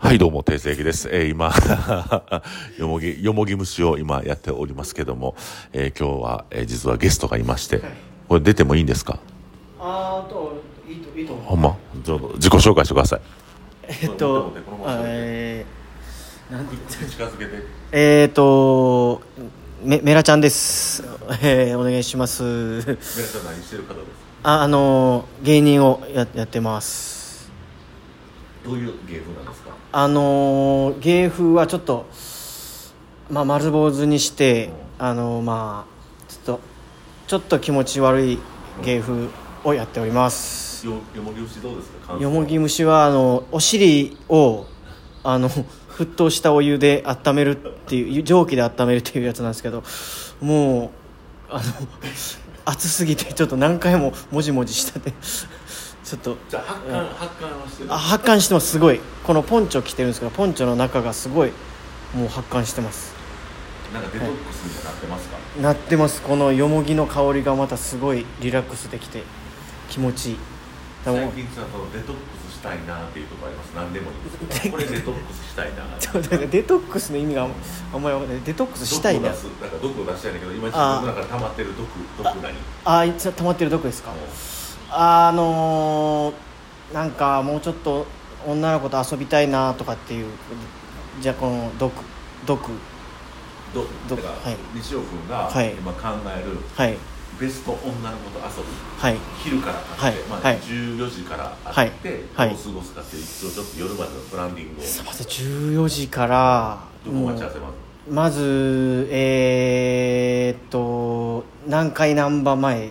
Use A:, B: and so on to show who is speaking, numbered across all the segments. A: はい、どうも、定世紀です。えー今、 よもぎ、よもぎ虫を今やっておりますけども、えー今日は、えー実はゲストがいまして、これ出てもいいんですか
B: あーといいといいと思
A: ほんまちょっと自己紹介してください。
B: えっと
A: これ持ってこれ持って
B: えー、なんて言った
A: 近づけて。
B: えー、っとメメラちゃんです、 えー、お願いします
A: 皆さん何してる方です
B: ああの芸人をややってます
A: どういう芸風なんですか
B: あの芸風はちょっとまあ丸坊主にしてあのまあちょっとちょっと気持ち悪い芸風をやっております
A: よよもぎ虫どうですか
B: よもぎ虫はあのお尻をあの 沸騰したお湯で温めるっていう蒸気で温めるっていうやつなんですけどもうあの 熱すぎてちょっと何回ももじもじしたで ちょっと
A: じゃあ、発汗、発汗はしてる
B: あ発汗してますすごいこのポンチョ着てるんですけどポンチョの中がすごいもう発汗してます
A: なんかデトックスになってますか
B: なってますこのよもぎの香りがまたすごいリラックスできて気持ちいいだからもう
A: さ、そのデトックスしたいなっていうところあります。何でもいいですけど。これデトックスしたいなーって
B: ちょっとなんかデトックスの意味があんあんまり分かんないデトックスしたいな
A: 毒を出すなんか毒を出したいんだけど今自分の中で溜まってる毒毒何
B: あいつ溜まってるどこですかあのーなんかもうちょっと女の子と遊びたいなとかっていうじゃあこの毒毒
A: ど
B: ど
A: だか
B: は
A: ら、
B: い
A: 西尾君が
B: はい
A: 今考える
B: はい
A: ベスト女の子と遊び
B: はい
A: 昼から
B: は
A: 会
B: い
A: って、まあ
B: はい
A: 14時から会って、
B: はい
A: どう過ごすかっていう一応ちょっと夜までのプランディングを
B: すいません14時から
A: どこ待ち合わせます
B: まずえー、っと南海難波前に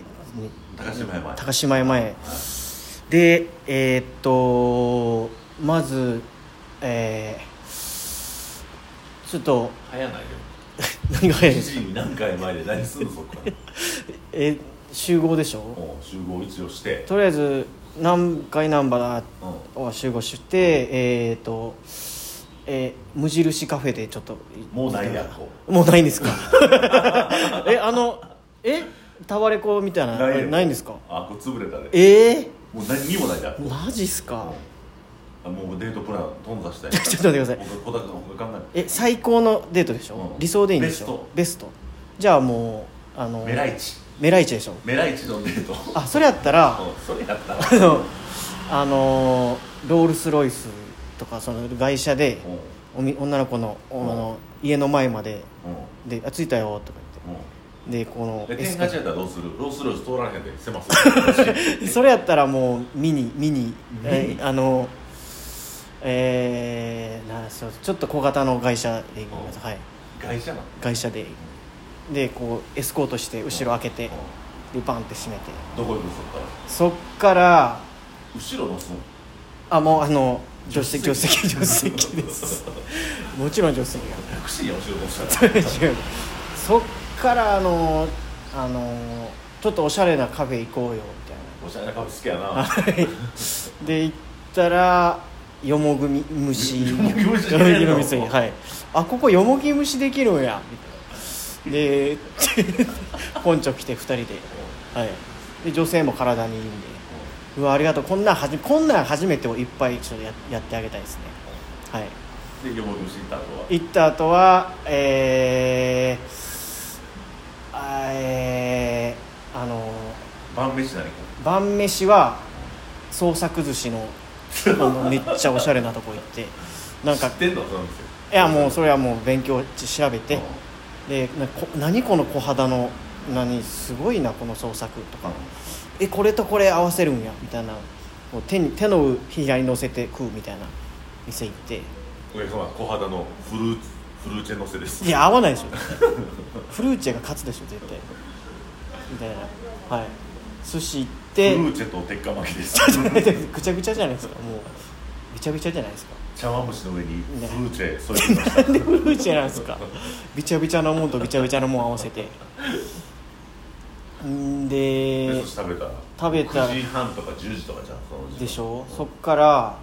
A: 高島屋前
B: 高島屋前でえー、っとまずえー、ちょっと
A: 早ないよ
B: 何が早いで
A: 7
B: す
A: 時
B: か
A: に何回前で何するのそこから
B: え集合でしょ
A: もう集合一応して、
B: とりあえず何回ナンバ
A: うん、
B: ーを集合して、えっ、と、えー無印カフェでちょっと
A: もうないやんこ
B: もうないんですか えあのえタワレコみたいな
A: ないや
B: ないんですか
A: あこれ潰れたで
B: え
A: もう何にもないやんこ
B: ー、マジっすか
A: あもうデートプラン頓挫したい
B: ちょっと待ってください
A: 小田君他考え
B: え最高のデートでしょ、
A: うん
B: 理想でいいんでしょベストじゃあもうあの
A: るメライチ
B: メライチでしょ
A: メライチのデート
B: あそれやったら、
A: うんそれやったら
B: あの、あのーロールス・ロイスとかその外車で
A: うんうん
B: おみ女の子のお
A: うん
B: あの家の前まで「であ着いたよ」とか言ってでこの
A: うんで
B: エ
A: 天
B: ス
A: 下
B: カ
A: 地やったらどうするロースロイス通られへんで狭すぎ る
B: それやったらもうミニミニえ
A: ミニ
B: あのえー、なそうちょっと小型の外車で行きます、
A: うん
B: はい
A: 外車なの
B: 外車ででこうエスコートして後ろ開けて
A: うん
B: でバンって閉めて
A: どこ行くのそったら
B: そっから
A: 後ろのその
B: あもうあの助手席
A: 助
B: 助手席助手席ですもちろん助手席が
A: タクシーや後ろの
B: そ
A: そ
B: れ違うそっからあのあのちょっとおしゃれなカフェ行こうよ
A: おしゃれなカフェ好き やな
B: みたいなで行ったらよもぐみ虫
A: よもぎ虫
B: よもぎの店はいあここよもぎ虫できるんやみたいなで ポンチョ着て2人で,、はい、で女性も体にいいんでうわありがとうこんなんはじこんなん初めてをいっぱいちょっとややってあげたいですねはい
A: でよもぎ虫行った後は
B: 行った後はえー、あえーあの
A: 晩飯何か
B: 晩飯は創作寿司のあのめっちゃおしゃれなとこ行ってなん
A: 知
B: か
A: ってんのその店
B: いやもうそれはもう勉強し調べて
A: うん
B: でなこ何この小肌の何すごいなこの創作とかえこれとこれ合わせるんやみたいなこう手に手のひらに乗せて食うみたいな店行って
A: お客様小肌のフルーツフルーチェのせです
B: いや合わないでしょフルーチェが勝つでしょ絶対みたいなはい寿司行っ
A: フル
B: て
A: ーチェと鉄火巻きです
B: ぐちゃぐちゃじゃないですかもうぐちゃぐちゃじゃないですか
A: 茶碗蒸しの上にフ
B: ね
A: ルーチェ添えてました
B: なんでフルーチェなんですかびちゃびちゃのもんとびちゃびちゃのもん合わせてん
A: で
B: で
A: 寿司食べたら
B: 食べたら
A: 9時半とか10時とかじゃんその時間
B: でしょそっから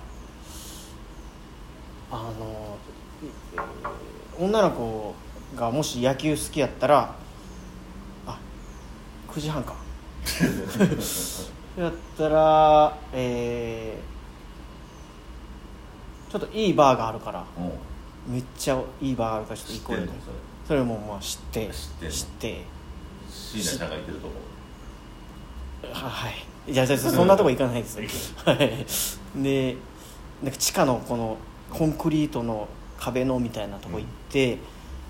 B: あのえー女の子がもし野球好きやったらあ9時半か やったらえーちょっといいバーがあるから
C: うん
B: めっちゃいいバーがあるからちょっと
C: 知っ
B: 行
C: て
B: こ
C: ん
B: う
C: の
B: よ
C: それ
B: それもまあ知って
C: 知ってんの
B: 知って
C: 椎名ちゃんが言ってるとこ
B: ははいいやじゃあそんなとこ行かないですはいでなんか地下のこのコンクリートの壁のみたいなとこ行って、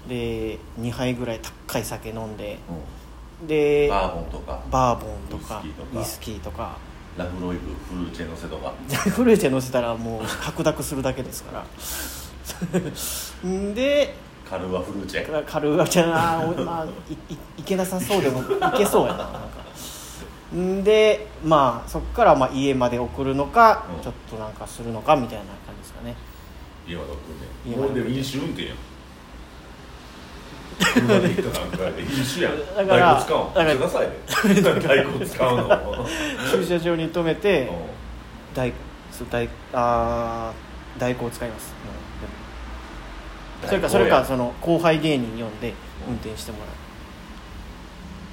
B: で2杯ぐらい高い酒飲んで
C: う
B: で
C: んバーボンとか
B: バーボンとか
C: ウ
B: ウ
C: イ
B: イ
C: ス
B: スキーとか
C: ラフロイブフルーチェのせとか
B: フルーチェ乗せたらもう白濁するだけですからん で
C: カルワフルーチェ
B: 軽々じゃなおまあいいいけなさそうでもいけそうやななんかんでまあそっからまあ家まで送るのか、
C: うん
B: ちょっとなんかするのかみたいな感じですか ね
C: 家まで送るね
B: 家
C: も
B: まで
C: うでも飲酒運転やん 車で行ったなんか飲酒やん
B: だから
C: 大根使うんください ね大根使うの
B: 駐車場に止めて
C: うん
B: 大そう大あー代行を使います、それかそれかその後輩芸人呼んで運転してもら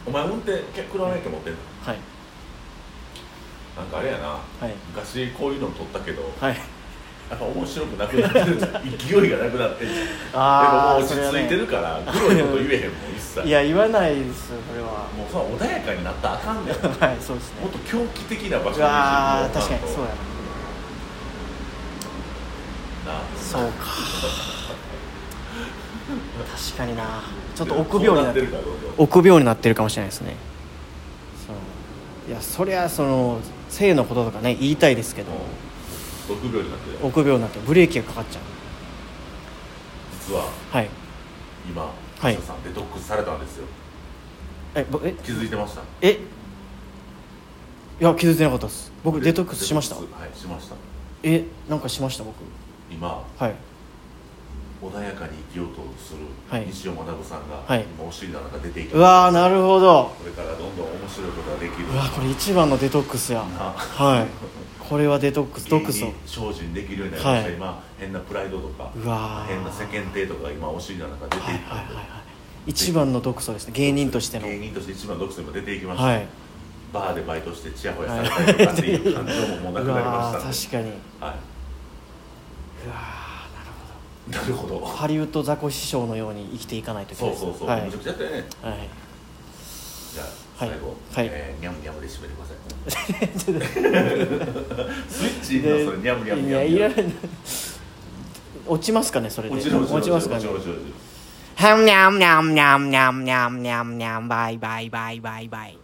C: お前運転結構ないって持ってんの
B: うはい
C: なんかあれやな
B: はい
C: 昔こういうの撮ったけど
B: はい
C: やっぱ面白くなくなってるじゃん勢いがなくなってるじゃん
B: あ
C: で
B: ー
C: も
B: そ
C: も
B: れ
C: う
B: は
C: 落ち着いてるから黒いこと言えへんもん一切
B: ね、いや言わないですよそれは
C: もうさ穏やかになったらあかんねんもっ
B: はいそうですね
C: と狂気的な場所に
B: うわー
C: してく
B: 確か
C: れ
B: にそうやな
C: なあ
B: そうか確かになちょっと臆病になって
C: る
B: る
C: からどうぞ
B: 臆病になってるかもしれないですねそういやそりゃその性のこととかね言いたいですけど
C: うん臆病になってる
B: 臆病になってブレーキがかかっちゃう
C: 実 は
B: はい
C: 今
B: はい
C: 橋田さんデトックスされたんですよ
B: えぼえ
C: 気づいてました
B: えいや気づいてなかったです僕デトックスしました
C: デトックスはいしました
B: えなんかしました僕
C: 今
B: はい
C: 穏やかに生きようとする
B: はい
C: 西尾学さんが、
B: はい
C: 今お尻の中出ていき
B: うわー
C: な
B: なるほど
C: これからどんどん面白いことができる
B: うわこれ一番のデトックスや
C: な
B: はいこれはデトックス
C: 芸
B: ドクソ
C: に精進できるようになりました、
B: はい
C: 今変なプライドとか
B: うわー
C: 変な世間体とかが今お尻の中出てい
B: はいはい
C: く、
B: はいはい一番の毒素ですね芸人としての
C: 芸人として一番独占も出ていきました、
B: はい
C: バーでバイトしてチヤホヤされたりとかっていう感情ももうなくなりま
B: うわ
C: し
B: ー確かにう
C: たは
B: わーなるほど
C: い、なるほど
B: ハリウッドザコシショウのように生きていかないといけ
C: そ
B: な
C: う
B: いです
C: そうそう、
B: はい、は
C: めちゃくちゃやったよね
B: い、
C: じゃあ
B: は
C: 最
B: い
C: 後、
B: はい
C: えーニャムニャムで締めてく ださいスイッチのそれニャムニャムニ
B: いや
C: ャム
B: い
C: ニ
B: や
C: ャ
B: い
C: ム
B: や落ちますかねそれで
C: 落ちる落ちる
B: ます
C: 落
B: かね
C: ちる落ちる落ちる
D: Hum, nom, nom, nom, nom, nom, nom, bye, bye, bye, bye, bye.